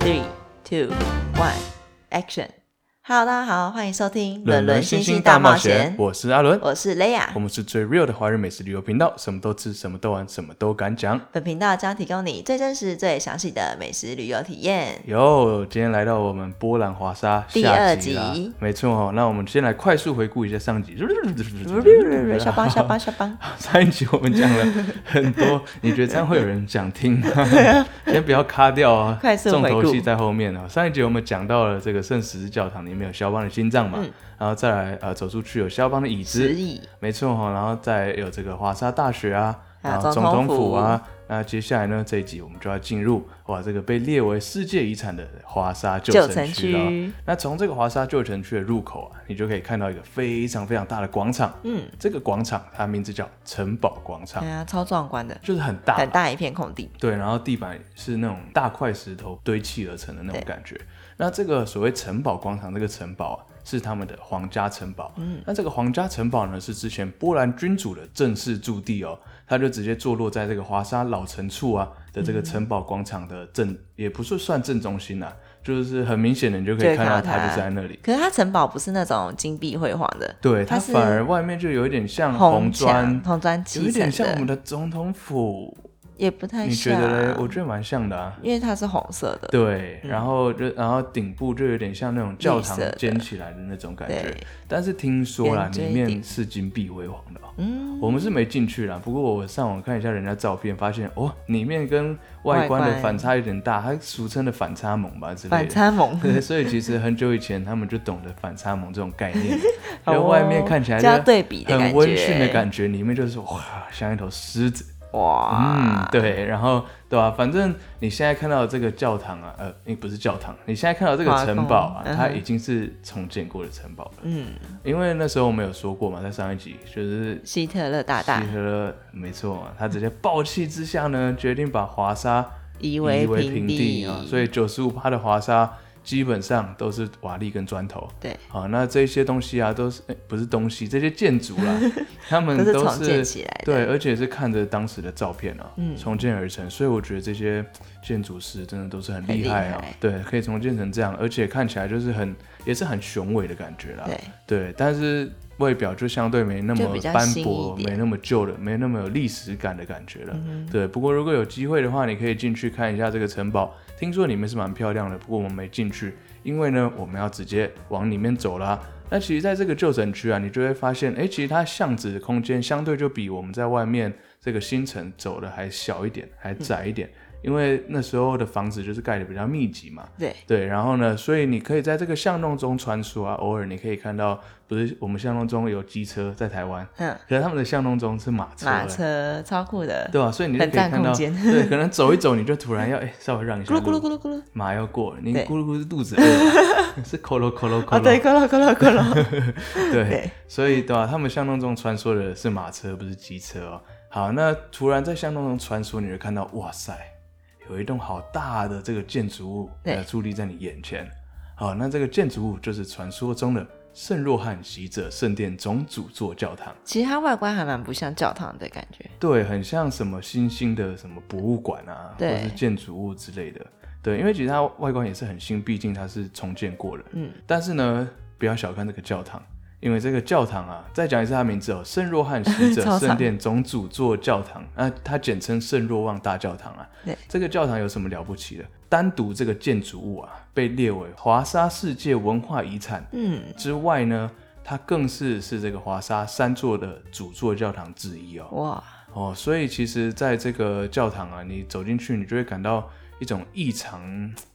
Three, two, one, action! Hello，大家好，欢迎收听《星星冒险》，我是阿伦，我是雷亚我。们是最 real 的华人美食旅游频道，什么都吃，什么都玩，什么都敢讲。本频道将提供你最真实、最详细的美食旅游体 验。哟，今天来到我们波兰华沙第下二集集啦，没错哦。那我们先来快速回顾一下 上集。下班，下班，下 班。上一集我们讲了很多，你觉得这样会有人想听 吗？先不要卡掉啊，快速重回顾头戏在后面啊。上一集我们讲到了这个圣十字教堂里面有肖邦的心脏嗯嘛，然后再来呃走出去有肖邦的椅子指，引没错哈、然后再有这个华沙大学啊，啊然后总总统统府府啊，那接下来呢这一集我们就要进入哇这个被列为世界遗产的华沙旧旧城城区啊了。区，那从这个华沙旧城区的入口啊，你就可以看到一个非常非常大的广场，嗯，这个广场它名字叫城堡广场对，啊，超壮观的，就是很大很大一片空地。对，然后地板是那种大块石头堆砌而成的那种对感觉。那这个所谓城堡广场，这个城堡啊，是他们的皇家城堡。嗯，那这个皇家城堡呢，是之前波兰君主的正式驻地哦，它就直接坐落在这个华沙老城处啊的这个城堡广场的正，也不是算正中心啊，就是很明显的你就可就会以看看到到它它就在那里。可是它城堡不是那种金碧辉煌的，对，它它是反而外面就有一点像嗯红红砖墙、，红砖有砌一点成像我们的，的总统府，也不太你觉像得嘞？我啊。觉得蛮像的啊。因为它是红色的，嗯对，然后就然后顶部就有点像那种教堂绿色的尖起来的那种感觉对，但是听说啦圆，锥里顶面是金碧辉煌的、哦。嗯，我们是没进去啦，不过我上网看一下人家照片，发现哦，里面跟外观外的观反差有点大，它俗称的反差萌吧之类的。 反差萌。对，所以其实很久以前他们就懂得反差萌这种 概念，哦就外面看起来就要哦对比的感很觉，温驯的感觉，里面就是哇，像一头狮子。嗯哇，，对，然后对吧、反正你现在看到的这个教堂啊，呃，你不是教堂，你现在看到这个华城堡啊宫，嗯哼它已经是重建过的城堡了。嗯，因为那时候我们有说过嘛，在上一集就是希特勒大大希特勒，没错啊，他直接暴气之下呢，决定把华沙夷夷为平地啊，所以九十五趴的华沙基本上都是瓦砾跟砖头。对，好，那这些东西啊，都是、诶不是东西，这些建筑 啦，他们都是都重建起来的对，而且是看着当时的照片啊，重建而成，所以我觉得这些建筑师真的都是很很厉厉害啊，害对，可以重建成这样，而且看起来就是很也是很雄伟的感觉啦，对对，但是外表就相对没那就么比较斑新驳，一点嗯没那么旧了，没那么有历史感的感觉了。对，不过如果有机会的话，你可以进去看一下这个城堡，听说里面是蛮漂亮的，不过我们没进去，因为呢，我们要直接往里面走啦。那其实，在这个旧城区啊，你就会发现，哎，其实它巷子的空间相对就比我们在外面这个新城走的还小一点，还窄一嗯点，因为那时候的房子就是盖的比较密集嘛。对，对，然后呢，所以你可以在这个巷弄中穿梭啊，偶尔你可以看到，不是我们巷弄中有机车在台湾，嗯，可是他们的巷弄中是马车、马欸，车超酷的，对吧、所以你就可很以占看到，空间对，可能走一走你就突然要哎、稍微让一下咕噜咕噜路，咕噜咕噜，马要过了，你对咕噜咕噜肚子饿 了，是咕噜咕噜咕哦对，噜，咕噜咕噜咕噜，对对，所以对吧、他们巷弄中穿梭的是马车，不是机车哦。好，那突然在巷弄中穿梭，你就看到，哇塞，有一栋好大的这个建筑物，对呃，伫立在你眼前。好，那这个建筑物就是传说中的圣若翰洗者圣殿总主座教堂，其实它外观还蛮不像教堂的感觉，对，很像什么新兴的什么博物馆啊，或对者是建筑物之类的。对，因为其实它外观也是很新，毕竟它是重建过的。嗯，但是呢，不要小看这个教堂，因为这个教堂啊，再讲一次它的名字哦，圣若翰使 者超长圣殿总主座教堂，啊，它简称圣若望大教堂啊。对，这个教堂有什么了不起的？单独这个建筑物啊，被列为华沙世界文化遗产嗯，之外呢，它更是是这个华沙三座的主座教堂之一哦。哇，哦，所以其实在这个教堂啊，你走进去，你就会感到一种异常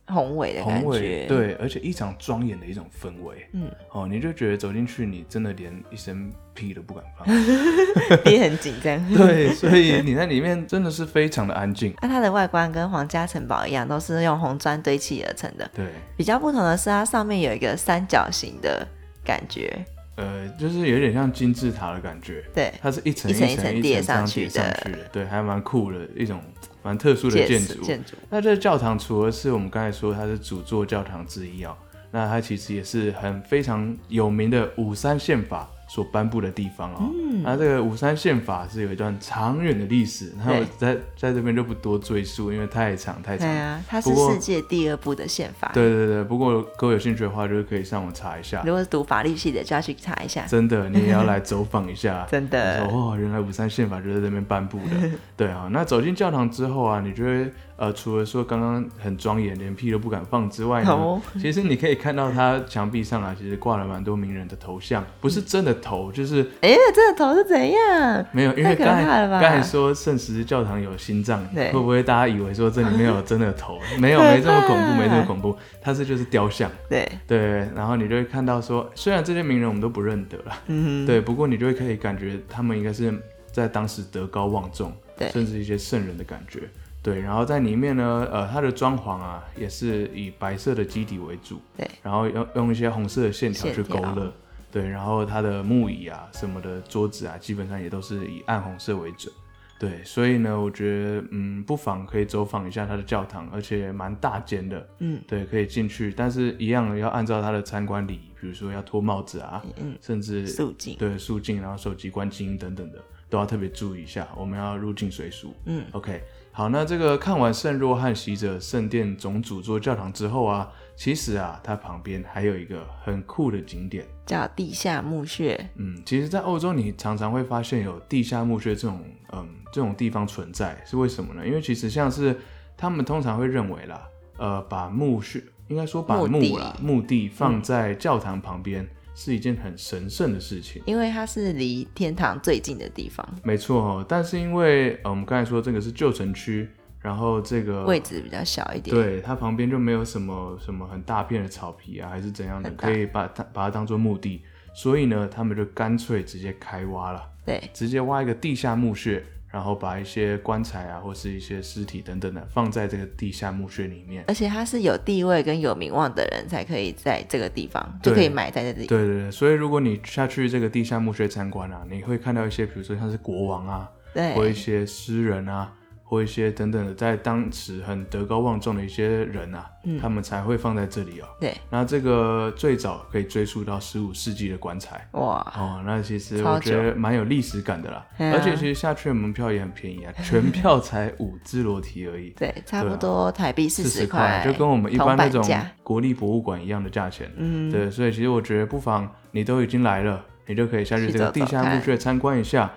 宏伟的感宏伟，觉，，对，而且异常庄严的一种氛围。嗯，哦，你就觉得走进去，你真的连一声屁都不敢放。 憋很紧张。 对，所以你在里面真的是非常的安静。那它的外观跟皇家城堡一样，都是用红砖堆砌而成的。对，比较不同的是，它上面有一个三角形的感觉，呃，就是有点像金字塔的感觉，对，它是一层一层一一层层叠这上样去叠上的去的，对，还蛮酷的一种蛮特殊的建建筑筑。建筑，那这个教堂除了是我们刚才说它是主座教堂之一哦，那它其实也是很非常有名的五三宪法所颁布的地方哦。那这个五三宪法是有一段长远的历史，那我在在这边就不多赘述，因为太长太对长。啊，它是不过世界第二部的宪法。对对对，不过各位有兴趣的话，就是可以上网查一下。如果是读法律系的，就要去查一下。。真的，你也要来走访一下 真的你说哦，原来五三宪法就是在那边 颁布的。对啊，那走进教堂之后啊，你就会呃，除了说刚刚很庄严，连屁都不敢放之外呢，哦其实你可以看到它墙壁上啊，其实挂了蛮多名人的头像，不是真的头，就是哎、这个头是怎样？没有，因太为可刚怕才了吧刚才说圣十字教堂有 心脏，对会不会大家以为说这里面有真的 头？没有，可怕没这么恐怖，没这么恐怖，它这就是雕像。对，对，然后你就会看到说，虽然这些名人我们都不认得了，嗯对，不过你就会可以感觉他们应该是在当时德高望重，对甚至一些圣人的感觉。对，然后在里面呢，呃，它的装潢啊，也是以白色的基底为主，对，然后用用一些红色的线条线去勾条勒，对，然后它的木椅啊什么的桌子啊，基本上也都是以暗红色为准。对，所以呢，我觉得嗯，不妨可以走访一下它的教堂，而且蛮大间的，嗯，对，可以进去，但是一样要按照它的参观礼仪，比如说要脱帽子啊，嗯，甚至肃静对肃静，然后手机关静音等等的，都要特别注意一下，我们要入境随俗。嗯，OK，好，那这个看完圣若翰洗者圣殿总主座教堂之后啊，其实啊，它旁边还有一个很酷的景点。叫地下墓穴。嗯，其实，在欧洲你常常会发现有地下墓穴这种，嗯，这种地方存在，是为什么呢？因为其实像是他们通常会认为啦，呃，把墓穴应该说把墓墓地嗯啦墓地放在教堂旁边、是一件很神圣的事情。因为它是离天堂最近的地方，没错哦，但是因为呃，我们刚才说这个是旧城区，然后这个位置比较小一点。，嗯对，它旁边就没有什么什么很大片的草皮啊，还是怎样的，很大可以把它把它当做墓地，所以呢，他们就干脆直接开挖了。对，直接挖一个地下墓穴，然后把一些棺材啊，或是一些尸体等等的放在这个地下墓穴里面。而且它是有地位跟有名望的人才可以在这个地方，对就可以埋在这里。对对对，所以如果你下去这个地下墓穴参观啊，你会看到一些，比如说像是国王啊，对，或一些诗人啊，或一些等等的，在当时很德高望重的一些人啊，他们才会放在这里哦。嗯对，那这个最早可以追溯到十五世纪的棺材。哇，哦，那其实啊超我觉得蛮有历史感的啦，对啊而且其实下去的门票也很便宜啊，全票才五支罗提而已，对，差不多台币四40块，就跟我们一般那种铜板价国立博物馆一样的价钱。嗯，对，所以其实我觉得不妨你都已经来了，你就可以下去去这个走走地下墓穴参观一下。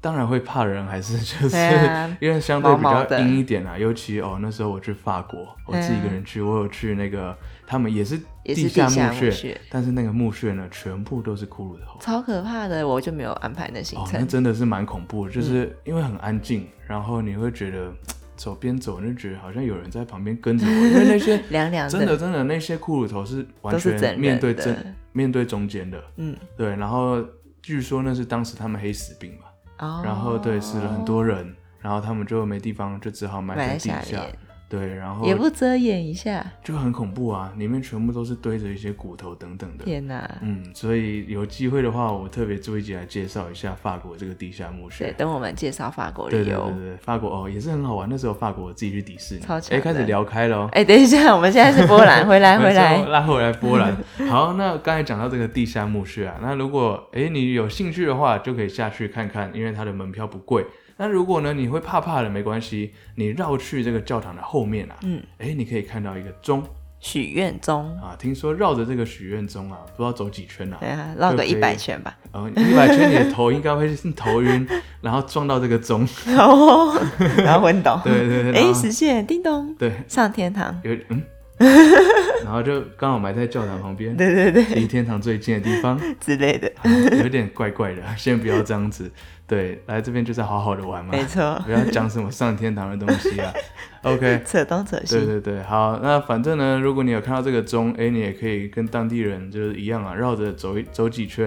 当然会怕人，还是就是、对啊 因为相对比毛较毛的阴一点啊。尤其哦，那时候我去法国，我自己一个人去，嗯我有去那个他们也是也是下地下穴，墓穴但是那个墓穴呢，全部都是骷髅头。超可怕的，我就没有安排那行哦，那程。真的是蛮恐怖的，嗯就是因为很安静，然后你会觉得走边走，你就觉得好像有人在旁边跟着我，因为 那些凉凉真的真的那些骷髅头是完都是整全人面对的真面对中间的，嗯，对，然后据说那是当时他们黑死病嘛，哦，然后对死了很多人，然后他们就没地方，就只好埋埋在在地下下面，对，然后也不遮掩一下，就很恐怖啊，里面全部都是堆着一些骨头等等的，天哪！嗯，所以有机会的话，我特别做一集来介绍一下法国这个地下墓穴。对，等我们介绍法国对旅对游对。对，法国哦也是很好玩。那时候法国我自己去迪士尼，超强哎，开始的聊开了哦。哎，等一下，我们现在是波 兰，回来没回错来。拉回来波兰。 好，那刚才讲到这个地下墓穴啊，那如果哎你有兴趣的话，就可以下去看看，因为它的门票不贵。那如果呢你会怕怕的，没关系，你绕去这个教堂的后面啊，嗯，哎你可以看到一个钟许愿钟，啊，听说绕着这个许愿钟啊，不知道走几圈啊，对啊，绕个就可以一百圈吧。然后一百圈你的头应该会是头晕，然后撞到这个钟， 然后然后昏倒。 对对对，然哎，后实现叮咚，对，上天堂。有 嗯，然后就刚好埋在教堂旁边，对对对，离天堂最近的地方，之类的，啊有点怪怪的， 先不要这样子。对，来这边就是好好的玩嘛，没错，不要讲什么上天堂的东西 啊。OK，扯东扯对西。对对，好，那反正呢，如果你有看到这个钟，哎，你也可以跟当地人就是一样啊，绕着走一走几圈，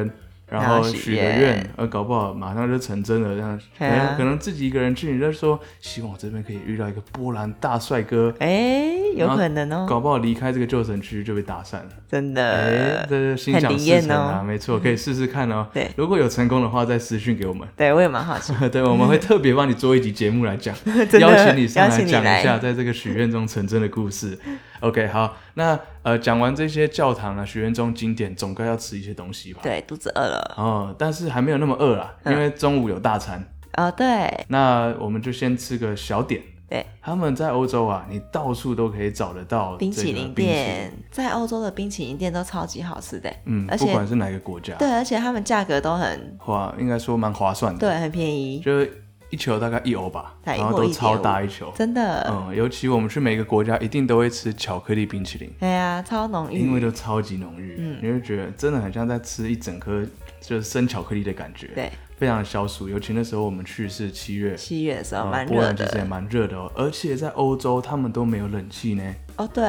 然然后后许许个愿愿，呃，搞不好马上就成真了。这样，可对啊能可能自己一个人去，你就说希望我这边可以遇到一个波兰大帅哥，哎，有可能哦，搞不好离开这个旧城区就被打散了。真哎、的。这是心呃很想灵事验成哦啊，嗯没错，可以试试看哦。对如果有成功的话，再私讯给我们。 对，我也蛮好奇，对，我们会特别帮你做一集节目来讲， 真的邀请你上邀来请你讲来一下，在这个许愿中成真的故事。OK，好，那呃，讲完这些教堂啊、许愿中经典，总该要吃一些东西吧？。对，嗯肚子饿了哦，但是还没有那么饿啦，因为中午有大餐，哦，对那我们就先吃个小点。对，他们在欧洲啊，你到处都可以找得到冰这淇个淋冰淇店在欧洲的冰淇淋店都超级好吃的，嗯，而不且管是哪个国家，对，而且他们价格都很哇，应该说蛮划算的。对，很便宜，就是一球大概一欧吧，才然一后或都1.5超大一球。真的，嗯，尤其我们去每个国家，一定都会吃巧克力冰淇淋，哎呀，超浓因为郁，都超级浓郁，嗯你会觉得真的很像在吃一整颗就是生巧克力的感觉，，对，非常的消暑。尤其那时候我们去是七月，七月的时候嗯啊蛮波热兰其实也的，蛮热的哦，而且在欧洲他们都没有冷气呢，哦，对，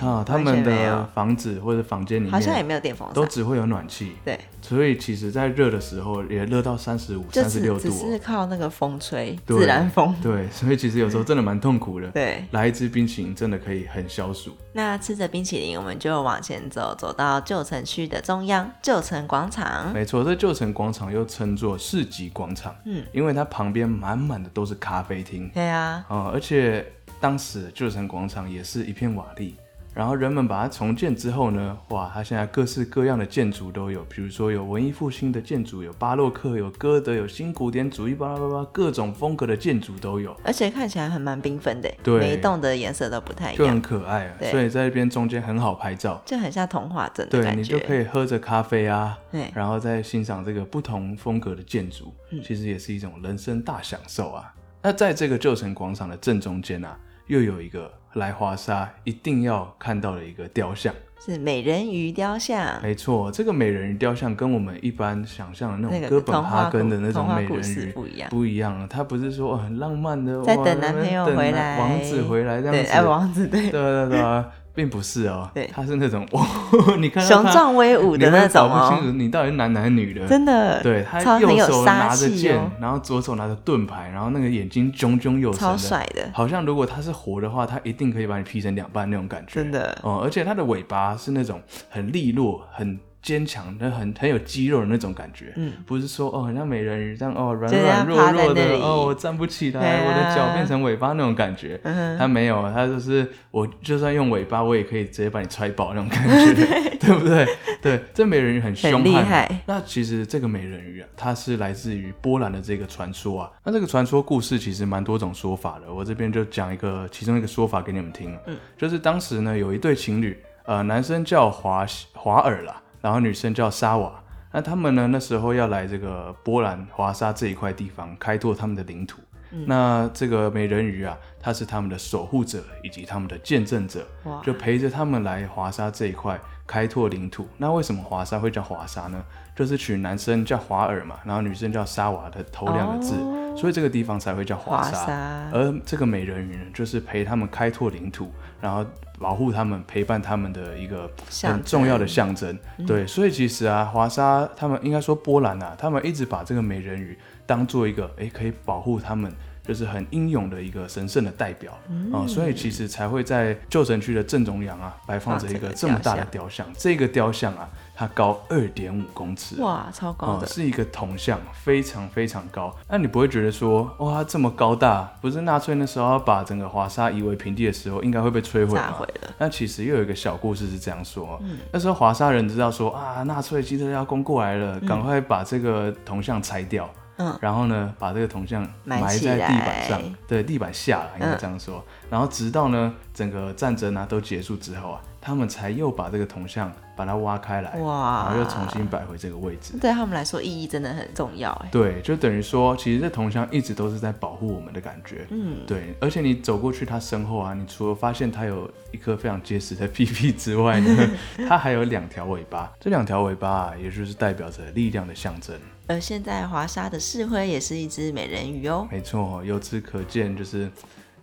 啊，他完全们没的有，房子或者房间里好像也面没有电风都扇，只会有暖气，对，所以其实在热的时候也热到三十五、就三十只六只度哦、是靠那个风吹，对自然风，对，所以其实有时候真的蛮痛苦的。对。来一支冰淇淋真的可以很消暑。那吃着冰淇淋，我们就往前走，走到旧城区的中央旧城广场。没错，这旧城广场又称作市集广场，嗯，因为它旁边满满的都是咖啡厅对啊，啊、而且当时旧城广场也是一片瓦砾。然后人们把它重建之后呢，哇，它现在各式各样的建筑都有，比如说有文艺复兴的建筑，有巴洛克，有歌德，有新古典主义，巴拉巴拉，各种风格的建筑都有。而且看起来还蛮缤纷的，对每一栋的颜色都不太一就样，很可爱啊，对所以在这边中间很好拍照。就很像童话镇的对你感就可觉。以喝着咖啡啊，对嗯然后再欣赏这个不同风格的建筑，其实也是一种人生大享受啊。那在这个旧城广场的正中间啊，又有一个来华沙一定要看到的一个雕像。是美人鱼雕像，没错，这个美人鱼雕像跟我们一般想象的那那个种哥童本话哈故根的那童种话美故人事鱼不一样。不一样，它不是说哦很浪漫的，在哇等男朋友等回男来，王子回来这样对，子，哎，王子对， 对对对啊，并不是哦对，他是那种 哇，你看到雄他壮威武你的那会种搞不清哦，楚你到底是男的还是女的。真的，对他超很右有手杀拿着气剑，哦，然后左手拿着盾牌，然后那个眼睛炯炯有神超的，帅的，好像如果他是活的话，他一定可以把你劈成两半那种感觉。真的，哦、而且它的尾巴是那种很利落、很坚强、那很很有肌肉的那种感觉。嗯，不是说哦，很像美人鱼这样哦，软就这样软弱弱趴在那的里哦，我站不起来，对啊我的脚变成尾巴那种感觉。嗯它没有，它就是我就算用尾巴，我也可以直接把你踹爆那种 感觉，对不对？对，这美人鱼很凶很悍，厉害。那其实这个美人鱼啊，它是来自于波兰的这个传说啊。那这个传说故事其实蛮多种说法的，我这边就讲一个其中一个说法给你们听。嗯，就是当时呢有一对情侣，呃，男生叫华华尔啦，然后女生叫沙瓦。那他们呢那时候要来这个波兰华沙这一块地方开拓他们的领土。那这个美人鱼啊，它是他们的守护者以及他们的见证者。哇，就陪着他们来华沙这一块开拓领土。那为什么华沙会叫华沙呢？就是取男生叫华尔嘛，然后女生叫沙瓦的头两个字，哦所以这个地方才会叫华华沙而这个美人鱼呢，就是陪他们开拓领土，然后保护他们、陪伴他们的一个象很重要的象征。嗯对，所以其实啊，华沙他们应该说波兰啊，他们一直把这个美人鱼当做一个诶、可以保护他们。就是很英勇的一个神圣的代表啊、所以其实才会在旧城区的正中央啊，摆放着一个这么大的雕像。这个雕像啊，它高二点五公尺，哇，超高哦，的，是一个铜像，非常非常高。那你不会觉得说，哇，它这么高大，不是纳粹那时候要把整个华沙夷为平地的时候，应该会啊被摧毁炸吗毁？了，那其实又有一个小故事是这样说哦，那时候华沙人知道说啊，纳粹希特勒要攻过来了，赶快把这个铜像拆掉，嗯，然后呢，把这个铜像埋埋起在地板上来，嗯对，地板下啦，应该这样说。然后直到呢，整个战争啊都结束之后啊，他们才又把这个铜像把它挖开来，哇哎然后又重新摆回这个位置。对他们来说意义真的很重要，哎，对，就等于说，其实这铜像一直都是在保护我们的感觉。嗯，对，而且你走过去它身后啊，你除了发现它有一颗非常结实的屁屁之外呢，它还有两条尾巴。这两条尾巴啊，也就是代表着力量的象征。而呃现在华沙的市徽也是一只美人鱼哦，没错，由此可见，就是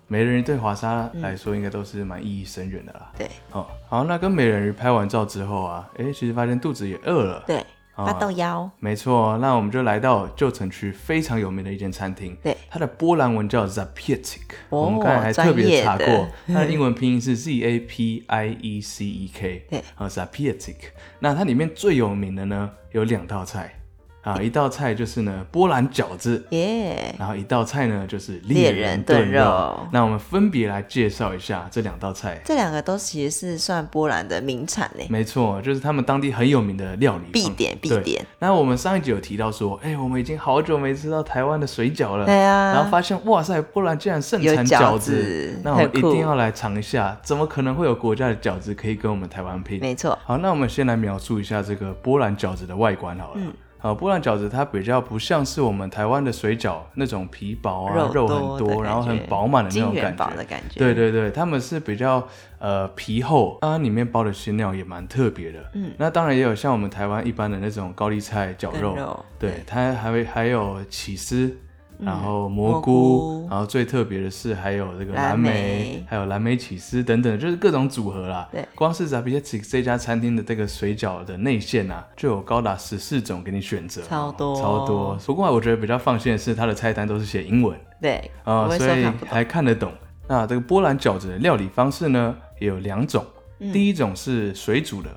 美人鱼对华沙来说，应该都是蛮意义深远的啦。对哦，好，那跟美人鱼拍完照之后啊，诶，其实发现肚子也饿了。对，八豆腰，没错，那我们就来到旧城区非常有名的一间餐厅，对，它的波兰文叫 Zapietek，、哦我们刚才还特别查专业过的，它的英文拼音是 Z A P I E C E K，对，啊 Zapietek，那它里面最有名的呢有两道菜，啊，一道菜就是呢波兰饺子。耶、然后一道菜呢，就是猎人人炖炖肉那我们分别来介绍一下这两道菜。这两个都其实是算波兰的名产呢，没错，就是他们当地很有名的料理必方点必嗯对点。那我们上一集有提到说，哎、我们已经好久没吃到台湾的水饺了，对啊然后发现哇塞，波兰竟然盛有产饺子，子那我们很一酷定要来尝一下，怎么可能会有国家的饺子可以跟我们台湾拼？没错，好，那我们先来描述一下这个波兰饺子的外观好了。嗯好，波兰饺子它比较不像是我们台湾的水饺那种皮薄啊、肉肉很的多，然后感很觉饱满的那金种元感宝觉。的感觉，对对对，他们是比较呃皮厚，当然里面包的馅料也蛮特别的。嗯，那当然也有像我们台湾一般的那种高丽菜绞跟肉，肉对，它还会还有起司。然后蘑嗯蘑菇，菇然后最特别的是还有这个蓝蓝莓莓，还有蓝莓起司等等，就是各种组合啦。对光是 z a b i e t i 这家餐厅的这个水饺的内馅啊，就有高达十四种给你选择哦，超多超多。不过我觉得比较放心的是，它的菜单都是写英文，对，啊、不会所说以看不懂，还看得懂。那这个波兰饺子的料理方式呢，也有两种，嗯第一种是水煮的，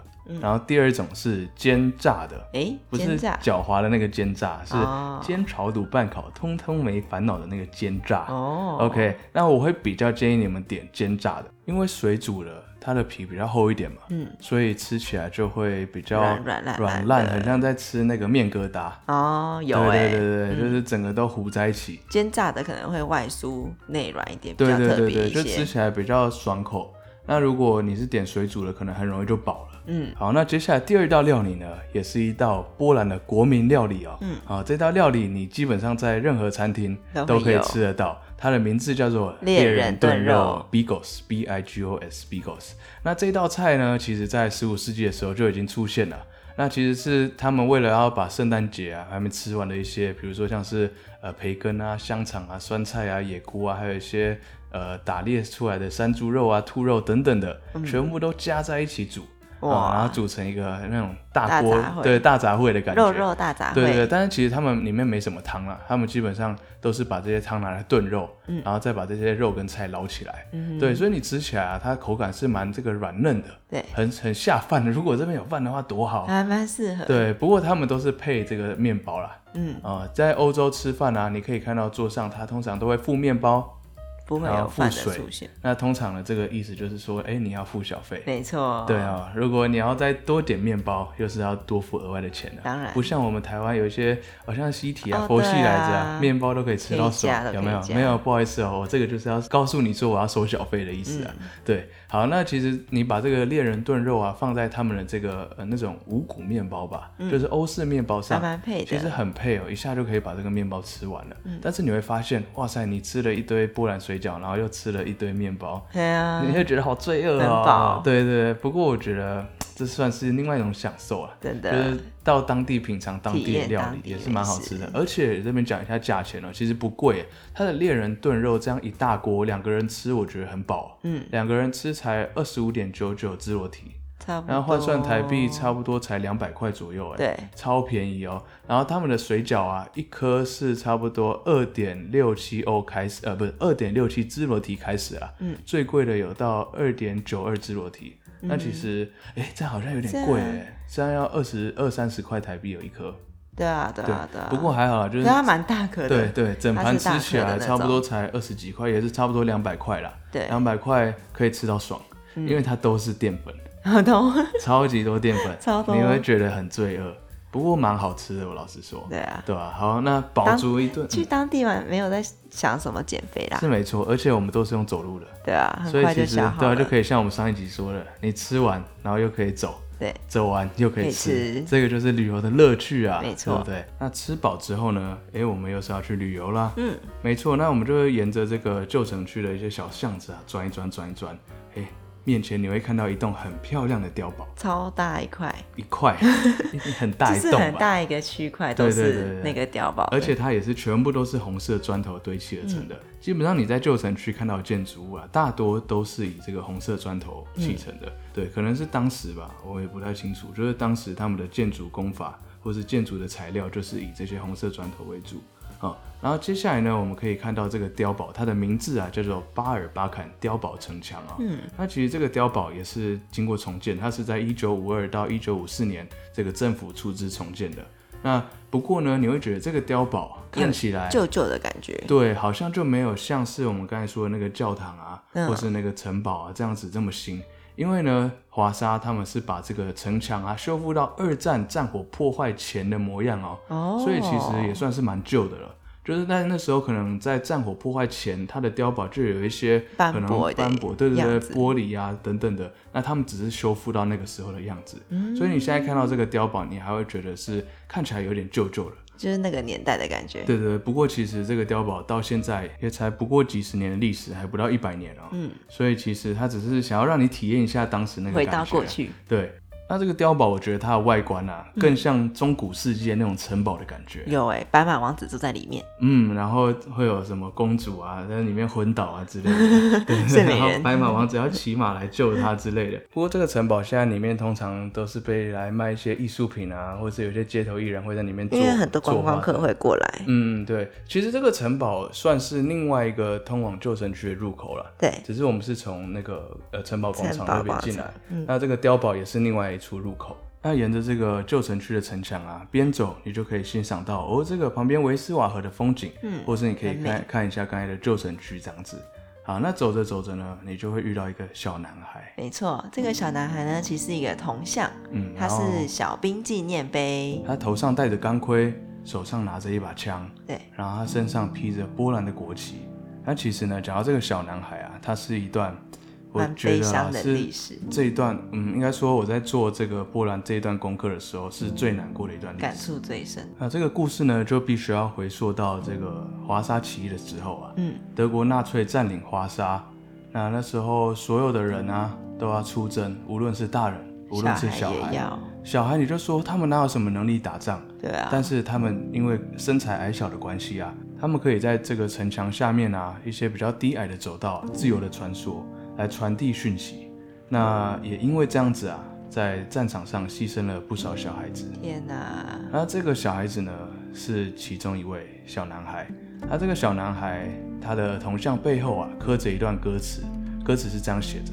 然后第二种是煎炸的。哎，不嗯煎是炸狡猾的那个煎炸，是哦煎炒卤拌烤，通通没烦恼的那个煎炸。哦 OK，那我会比较建议你们点煎炸的，因为水煮了，它的皮比较厚一点嘛，嗯，所以吃起来就会比较软软烂烂软烂，的很像在吃那个面疙瘩。哦，有哎、对对对对，就是整个都糊在一起。煎炸的可能会外酥内软一点，比对较对特对别对，就一吃些。起来比较爽口。那如果你是点水煮的，可能很容易就饱了。嗯，好，那接下来第二道料理呢，也是一道波兰的国民料理哦。嗯，啊，这道料理你基本上在任何餐厅都会都可以有吃得到。它的名字叫做猎人炖炖肉肉 （Bigos, B I G O S, Bigos）。那这道菜呢，其实在十五世纪的时候就已经出现了。那其实是他们为了要把圣诞节啊还没吃完的一些，比如说像是呃培根啊、香肠啊、酸菜啊、野菇啊，还有一些呃打猎出来的山猪肉啊、兔肉等等的，全部都加在一起煮。嗯哇啊然后煮成一个那种大大锅，杂烩对大杂烩的感觉，肉肉大杂烩，对对对，但是其实他们里面没什么汤啦，他们基本上都是把这些汤拿来炖肉，然后再把这些肉跟菜捞起来，对，所以你吃起来啊，它口感是蛮这个软嫩的，对很很下饭的。如果这边有饭的话，多好。还蛮适合。对，不过他们都是配这个面包啦，嗯啊、在欧洲吃饭啊，你可以看到桌上它通常都会附面包，不会然有后饭附的水出现。。那通常的这个意思就是说，哎，你要付小费，没错，对，啊、如果你要再多点面包，又是要多付额外的钱的。当然不像我们台湾有一些，好像西体啊、哦佛系来着、对啊面包都可以吃到爽可以加的，有没有可以？加没有，不好意思哦，我这个就是要告诉你说我要收小费的意思啊。嗯对，好，那其实你把这个猎人炖肉啊放在他们的这个呃那种五谷面包吧，嗯就是欧式面包上，还蛮配其实的。很配哦，一下就可以把这个面包吃完了。但是你会发现，哇塞，你吃了一堆波兰水饺，然后又吃了一堆面包，对 啊你，会觉得好罪恶很哦饱。对对对，不过我觉得这算是另外一种享受啊，真就的是到当地品尝当体地的验料当理地也美是蛮好吃的。而且这边讲一下价钱哦，其实不贵耶，它的猎人炖肉这样一大锅，两个人吃我觉得很饱，嗯，两个人吃才二十五点九九自罗提，差不多。哦然后换算台币差不多才两百块左右，哎，对，超便宜哦。然后他们的水饺啊，一颗是差不多二点六七欧开始，呃，不是二点六七支罗提开始啊，嗯，最贵的有到二点九二支罗提。那其实，哎、这样好像有点这贵样哎，这样要二十二三十块台币有一颗，对啊，对啊，对啊。不过还好啦，就可是是它蛮大颗对的，对，整它盘是大吃起颗的来那差不多才二十几块，也是差不多两百块啦，对嗯两百块可以吃到爽，因为它都是淀粉。好痛。超级多淀粉， 超多你会觉得很罪恶。不过蛮好吃的，我老实说。 对啊，对啊，好，那饱足一顿、去当地玩没有在想什么减肥啦嗯，是没错，而且我们都是用走路的，对啊，所很以快其就实消耗对啊，了。就可以像我们上一集说的，你吃完然后又可以走，对走完又可以吃，可以吃这个就是旅游的乐趣啊，没错对不对？那吃饱之后呢，诶，我们又是要去旅游啦，嗯，没错，那我们就会沿着这个旧城区的一些小巷子啊，转一转，转一转，诶，面前你会看到一栋很漂亮的碉堡，超大一块，一块 很大就一是栋很吧，大一个区块都对对对是对那个碉堡的，而且它也是全部都是红色砖头堆砌而成的。基本上你在旧城区看到的建筑物啊，大多都是以这个红色砖头砌成的。对，可能是当时吧，我也不太清楚，就是当时他们的建筑工法。或是建筑的材料就是以这些红色砖头为主。好、啊然后接下来呢，我们可以看到这个碉堡，它的名字啊叫做巴尔巴坎碉堡城墙啊。嗯，那其实这个碉堡也是经过重建，它是在一九五二到一九五四年这个政府出资重建的。那不过呢，你会觉得这个碉堡看起来旧旧的感觉，对，好像就没有像是我们刚才说的那个教堂啊，嗯或是那个城堡啊这样子这么新。因为呢，华沙他们是把这个城墙啊修复到二战战火破坏前的模样哦，哦，所以其实也算是蛮旧的了。就是在那时候，可能在战火破坏前，它的碉堡就有一些斑可能驳的斑驳，对对样对，子玻璃啊等等的。那他们只是修复到那个时候的样子，嗯所以你现在看到这个碉堡，你还会觉得是看起来有点旧旧的。就是那个年代的感觉。对对，对不过其实这个碉堡到现在也才不过几十年的历史，还不到一百年哦。嗯，所以其实它只是想要让你体验一下当时那个回感到觉啊过。去，嗯对，那这个碉堡，我觉得它的外观啊，更像中古世纪那种城堡的感觉。啊有哎、白马王子住在里面，嗯，然后会有什么公主啊，在里面昏倒啊之 类的，对睡美然后人白马王子要骑马来救她之类的。不过这个城堡现在里面通常都是被来卖一些艺术品啊，或是有些街头艺人会在里面做，因为很多观做画光客的会过来。嗯，对，其实这个城堡算是另外一个通往旧城区的入口了。对，只是我们是从那个呃城堡广欸城场堡那边广进场来，嗯那这个碉堡也是另外一处入口。那沿着这个旧城区的城墙啊，边走你就可以欣赏到哦，这个旁边维斯瓦河的风景，嗯或是你可以很美看看一下刚才的旧城区这样子。好，那走着走着呢，你就会遇到一个小男孩，没错，这个小男孩呢，其实是一个铜像，嗯，他然后是小兵纪念碑。他头上戴着钢盔，手上拿着一把枪，对，然后他身上披着波兰的国旗。那其实呢，讲到这个小男孩啊，他是一段我蛮觉悲得啊伤的历是史，这一段，嗯，应该说我在做这个波兰这一段功课的时候，是最难过的一段历感史。触最深。那这个故事呢，就必须要回溯到这个华沙起义的时候啊，嗯，德国纳粹占领华沙，那那时候所有的人啊都要出征，无论是大人，无论是小孩也孩，要，小孩你就说他们哪有什么能力打仗？对啊，但是他们因为身材矮小的关系啊，他们可以在这个城墙下面啊，一些比较低矮的走道自由的穿梭，来传递讯息。那也因为这样子啊，在战场上牺牲了不少小孩子。天哪，那这个小孩子呢，是其中一位小男孩。他这个小男孩，他的铜像背后啊，刻着一段歌词，歌词是这样写着：“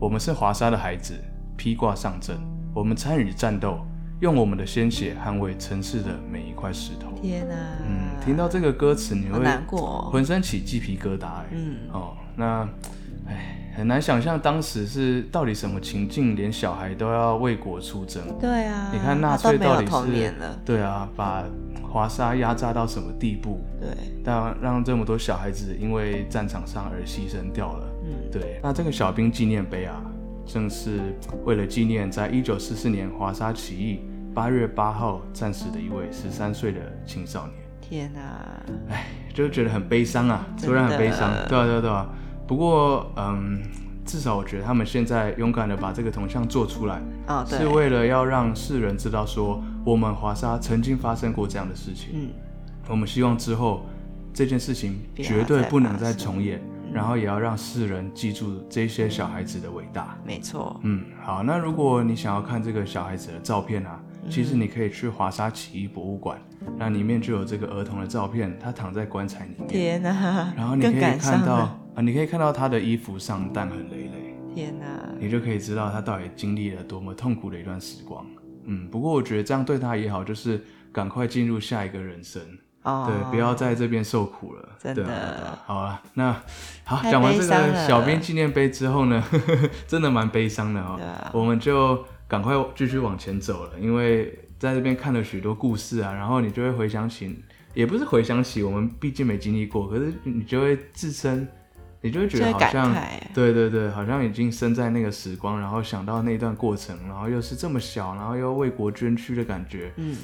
我们是华沙的孩子，披挂上阵，我们参与战斗，用我们的鲜血捍卫城市的每一块石头。”天哪，嗯，听到这个歌词，你好会难过、哦。浑身起鸡皮疙瘩、欸。嗯，哦，那，哎，很难想象当时是到底什么情境，连小孩都要为国出征。对啊，你看纳他都粹没有到底童是年了，对啊，把华沙压榨到什么地步，对，但让这么多小孩子因为战场上而牺牲掉了。嗯，对，那这个小兵纪念碑啊，正是为了纪念在一九四四年华沙起义八月八号战死的一位十三岁的青少年。天啊哪，哎，就觉得很悲伤啊，真的突然很悲伤。对啊，对啊，对啊。不过，嗯，至少我觉得他们现在勇敢的把这个铜像做出来，哦，对，是为了要让世人知道说，我们华沙曾经发生过这样的事情。嗯，我们希望之后这件事情不要绝对再不能发再生嗯重演，然后也要让世人记住这些小孩子的伟大。没错，嗯，好，那如果你想要看这个小孩子的照片啊，其嗯实你可以去华沙起义博物馆，那里面就有这个儿童的照片，他躺在棺材里面。天哪，然后你可更以感伤看到了，啊，你可以看到他的衣服上弹痕累累，天啊哪，你就可以知道他到底经历了多么痛苦的一段时光。嗯，不过我觉得这样对他也好，就是赶快进入下一个人生，哦，对，不要在这边受苦了。真对啊的对啊好啊，那好，太讲完悲这伤个了小编纪念碑之后呢， 真的蛮悲伤的哦对。啊我们就赶快继续往前走了，因为在这边看了许多故事啊，然后你就会回想起，也不是回想起，我们毕竟没经历过，可是你就会自身，你就会就觉得会好感像，慨啊对对对，好像已经身在那个时光，然后想到那段过程，然后又是这么小，然后又为国捐躯的感觉，嗯，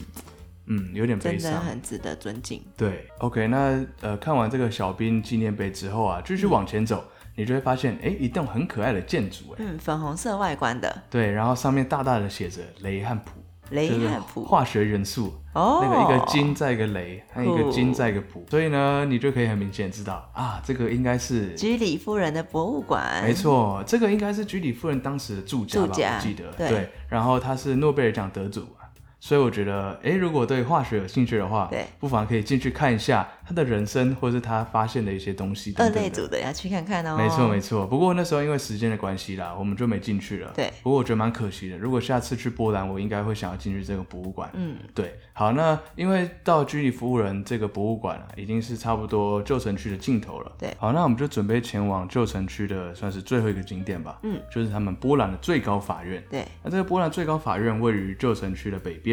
嗯，有点悲真的伤。很值得尊敬。对，OK，那呃，看完这个小兵纪念碑之后啊，继续往前走，你就会发现，哎，一栋很可爱的建筑，哎，嗯，粉红色外观的对，然后上面大大的写着雷汉普，雷就是汉普，化学元素，哦，那个一个金在一个雷，还有一个金在一个普，所以呢，你就可以很明显知道啊，这个应该是，居里夫人的博物馆，没错，这个应该是居里夫人当时的住家吧，住家我记得对然后她是诺贝尔奖得主啊，所以我觉得，诶，如果对化学有兴趣的话，对，不妨可以进去看一下他的人生，或是他发现的一些东西等二等的类组的要去看看哦。没错没错，不过那时候因为时间的关系啦，我们就没进去了。对不过我觉得蛮可惜的。如果下次去波兰，我应该会想要进去这个博物馆。嗯，对，好，那因为到居里服务人这个博物馆啊，已经是差不多旧城区的尽头了。对好，那我们就准备前往旧城区的算是最后一个景点吧。嗯，就是他们波兰的最高法院。对，那这个波兰最高法院位于旧城区的北边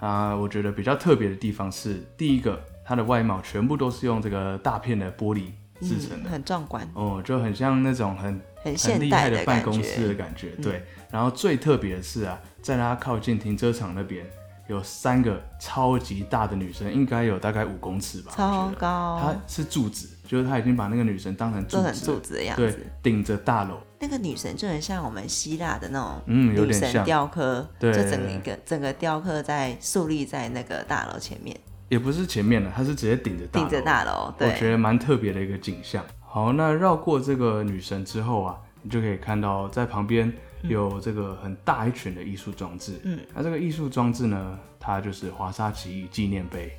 啊、我觉得比较特别的地方是，第一个，它的外貌全部都是用这个大片的玻璃制成嗯，的，很壮观，哦，就很像那种很很很现厉代害的办感公室的觉。嗯感觉，对。然后最特别的是啊，在它靠近停车场那边有三个超级大的女生，应该有大概五公尺吧，超我觉得。高她，是柱子，就是他已经把那个女生当成柱做成子，柱子的样对子。，顶着大楼，那个女神就很像我们希腊的那种嗯，有女点神像，雕刻，对就整个一个整个雕刻在竖立在那个大楼前面，也不是前面的，她是直接顶着大顶楼，着大楼，我觉对，得蛮特别的一个景象。好，那绕过这个女神之后啊，你就可以看到在旁边有这个很大一群的艺术装置。嗯，那这个艺术装置呢，它就是华沙起义纪念碑。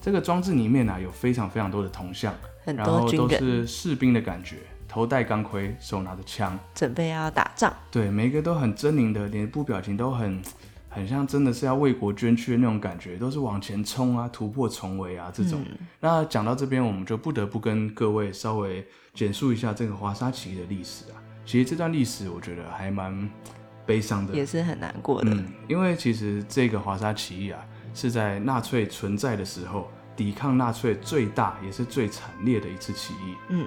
这个装置里面啊，有非常非常多的铜像，很然多后军都人是士兵的感觉，头戴钢盔，手拿着枪，准备要打仗，对，每一个都很狰狞的，脸部表情都很。很像真的是要为国捐躯的那种感觉，都是往前冲啊，突破重围啊这种。嗯那讲到这边，我们就不得不跟各位稍微简述一下这个华沙起义的历史啊。其实这段历史我觉得还蛮悲伤的，也是很难过的。嗯，因为其实这个华沙起义啊，是在纳粹存在的时候，抵抗纳粹最大也是最惨烈的一次起义，嗯，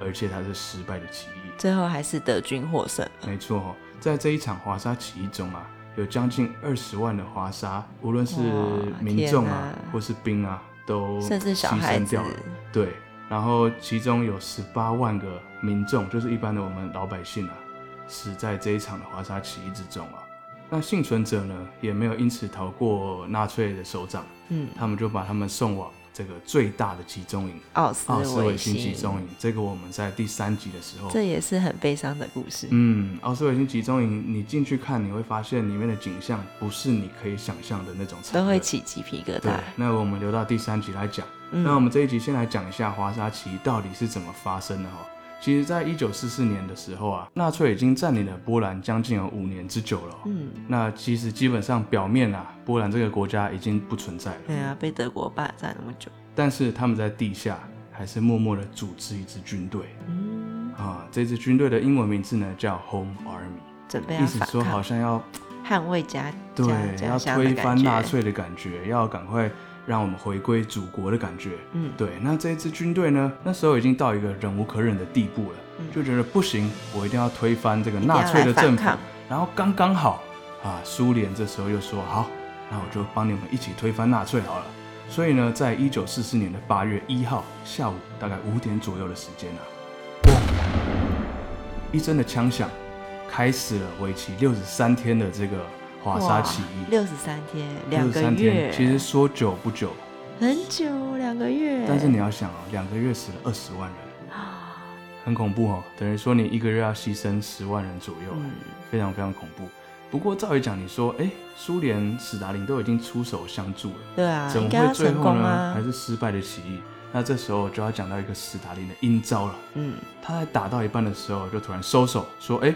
而且它是失败的起义。最后还是德军获胜了。没错、哦，在这一场华沙起义中啊，有将近二十万的华沙，无论是哇民众天啊哪，或是兵啊，都甚至小牺孩牲子掉了。对，然后其中有十八万个民众，就是一般的我们老百姓啊，死在这一场的华沙起义之中啊。那幸存者呢，也没有因此逃过纳粹的手掌，嗯，他们就把他们送往这个最大的集中营奥斯——奥斯维辛辛集中营。这个我们在第三集的时候这也是很悲伤的故事。嗯，奥斯维辛集中营，你进去看，你会发现里面的景象不是你可以想象的那种惨都烈。会起鸡皮疙对瘩。，那我们留到第三集来讲。嗯那我们这一集先来讲一下华沙起义到底是怎么发生的哈。其实，在一九四四年的时候啊，纳粹已经占领了波兰将近有五年之久了哦、嗯，那其实基本上表面啊，波兰这个国家已经不存在了，对啊，被德国霸占那么久。但是他们在地下还是默默的组织一支军队嗯，啊。这支军队的英文名字呢叫 Home Army，准备意要思反说好抗，像要捍卫家对家，家要乡的推感翻纳觉。粹的感觉，要赶快让我们回归祖国的感觉。嗯，对，那这支军队呢，那时候已经到一个忍无可忍的地步了，就觉得不行，我一定要推翻这个纳粹嗯的一定要来反政府抗。然后刚刚好啊，苏联这时候又说好，那我就帮你们一起推翻纳粹好了。所以呢，在一九四四年的八月一号下午大概五点左右的时间啊，砰一声的枪响，开始了为期六十三天的这个华沙起义。六十三天，两个63月，天，其实说久不久，很久，两个月。但是你要想哦，两个月死了二十万人，啊很恐怖哦。等于说你一个月要牺牲十万人左右，嗯非常非常恐怖。不过照理讲，你说，哎，苏联史达林都已经出手相助了，对啊，怎么应该会要最成后功呢、啊还。是失败的起义？那这时候就要讲到一个史达林的阴招了。嗯，他在打到一半的时候，就突然收手，说：“哎，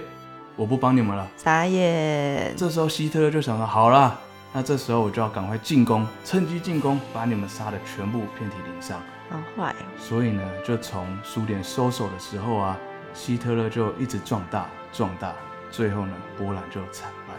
我不帮你们了。”傻眼。这时候希特勒就想说，好啦，那这时候我就要赶快进攻，趁机进攻，把你们杀的全部遍体鳞伤。好坏哦，所以呢，就从苏联收手的时候啊，希特勒就一直壮大壮大，最后呢，波兰就惨败了。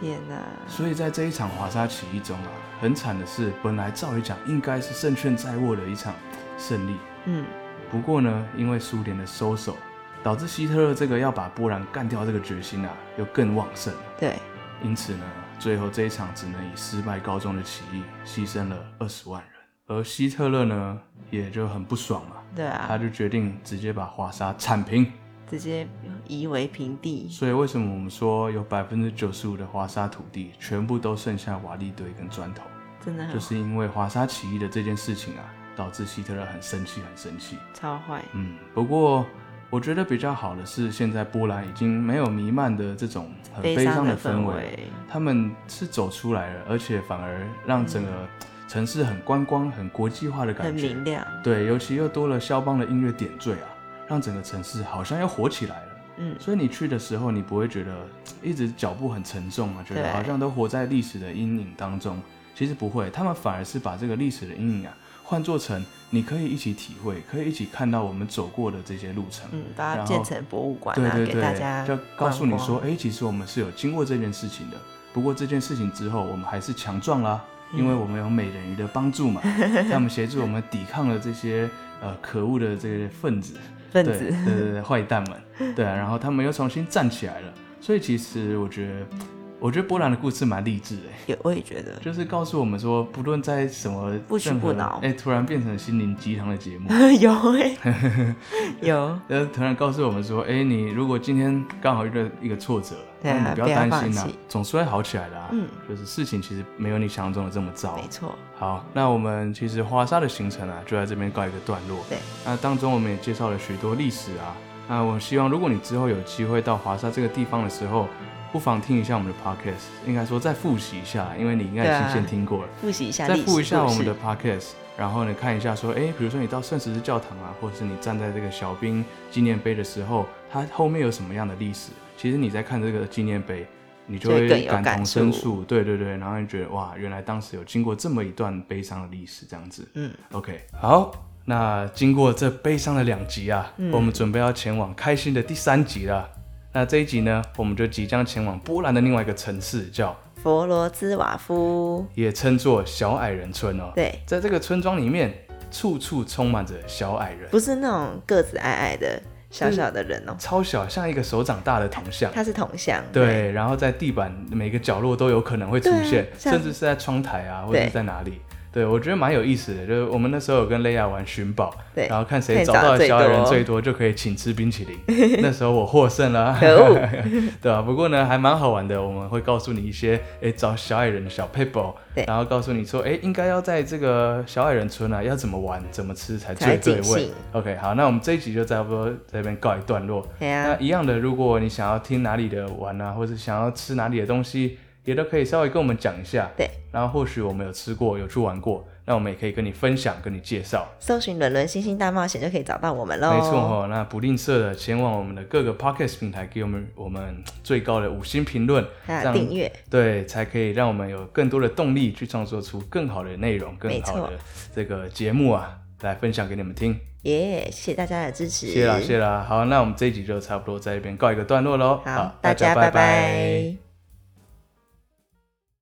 天哪！所以在这一场华沙起义中啊，很惨的是，本来照理讲应该是胜券在握的一场胜利，嗯，不过呢，因为苏联的收手，导致希特勒这个要把波兰干掉这个决心啊，又更旺盛了。对，因此呢，最后这一场只能以失败告终的起义，牺牲了二十万人。而希特勒呢，也就很不爽嘛，对他啊，就决定直接把华沙铲平。直接夷为平地。所以为什么我们说有百分之九十五的华沙土地全部都剩下瓦砾堆跟砖头，真的很就是因为华沙起义的这件事情啊，导致希特勒很生气，很生气。超坏。嗯，不过我觉得比较好的是，现在波兰已经没有弥漫的这种很悲悲伤伤的的氛氛围围，他们是走出来了，而且反而让整个城市很观光、嗯很国际化的很感觉。明亮，对，尤其又多了肖邦的音乐点缀啊，让整个城市好像又火起来了。嗯，所以你去的时候，你不会觉得一直脚步很沉重啊，觉对得好像都活在历史的阴影当中。其实不会，他们反而是把这个历史的阴影啊，换做成你可以一起体会，可以一起看到我们走过的这些路程。嗯，把它然后建成博物馆对啊，对给大对，家就告诉你观光说，哎、其实我们是有经过这件事情的。不过这件事情之后，我们还是强壮啦，嗯因为我们有美人鱼的帮助 嘛，他们协助我们抵抗了这些呃可恶的这些分子。分对子，对对对，坏蛋们，对啊，然后他们又重新站起来了。所以其实我觉得，我觉得波兰的故事蛮励志的，欸也我也觉得就是告诉我们说，不论在什么不屈任何不挠哎，突然变成心灵鸡汤的节目， 有 哎、有，呃，突然告诉我们说，哎，你如果今天刚好遇到一个挫折，对啊那你不不要要担放心啊弃，总是会好起来的、啊。嗯，就是事情其实没有你想象中的这么糟。没错，好，那我们其实华沙的行程啊，就在这边告一个段落。对，那当中我们也介绍了许多历史啊。那我希望，如果你之后有机会到华沙这个地方的时候，不妨听一下我们的 podcast，应该说再复习一下，因为你应该对已啊经先听过了。复习一下再历史复一下故我们事的 podcast，然后呢看一下说，哎，比如说你到圣十字教堂啊，或者是你站在这个小兵纪念碑的时候，它后面有什么样的历史？其实你在看这个纪念碑，你就就会会更有感感同身触受，对对对，然后你觉得哇，原来当时有经过这么一段悲伤的历史，这样子。嗯，OK，好。那经过这悲伤的两集啊，嗯我们准备要前往开心的第三集了。那这一集呢，我们就即将前往波兰的另外一个城市，叫佛罗兹瓦夫，也称作小矮人村哦。对，在这个村庄里面，处处充满着小矮人，不是那种个子矮矮的小是小的人哦、超小，像一个手掌大的铜像。他是铜像，对，然后在地板每个角落都有可能会出现对，像甚至是在窗台啊，或者对是在哪里。对，我觉得蛮有意思的，就是我们那时候有跟雷亚玩寻宝，对然后看看谁你找找到得的小矮最人多最多，就可以请吃冰淇淋。那时候我获胜了啊，可 恶对啊，不过呢，还蛮好玩的。我们会告诉你一些，诶，找小矮人的小 paper，对然后告诉你说，诶，应该要在这个小矮人村啊，要怎么玩，怎么吃才才最对尽味兴。 OK，好，那我们这一集就差不多在这边告一段落。对哎呀、那一样的，如果你想要听哪里的玩啊，或者想要吃哪里的东西，也都可以稍微跟我们讲一下。对，然后或许我们有吃过，有去玩过，那我们也可以跟你分享，跟你介绍。搜寻“伦伦星星大冒险”就可以找到我们喽。没错哦，那不吝啬的前往我们的各个 podcast 平台，给我们我们最高的五星评论，还这有样订阅，对，才可以让我们有更多的动力去创作出更好的内容、更没好错的这个节目啊，来分享给你们听。耶、谢谢大家的支持，谢啦，谢啦。好，那我们这一集就差不多在这边告一个段落喽。好，大家拜拜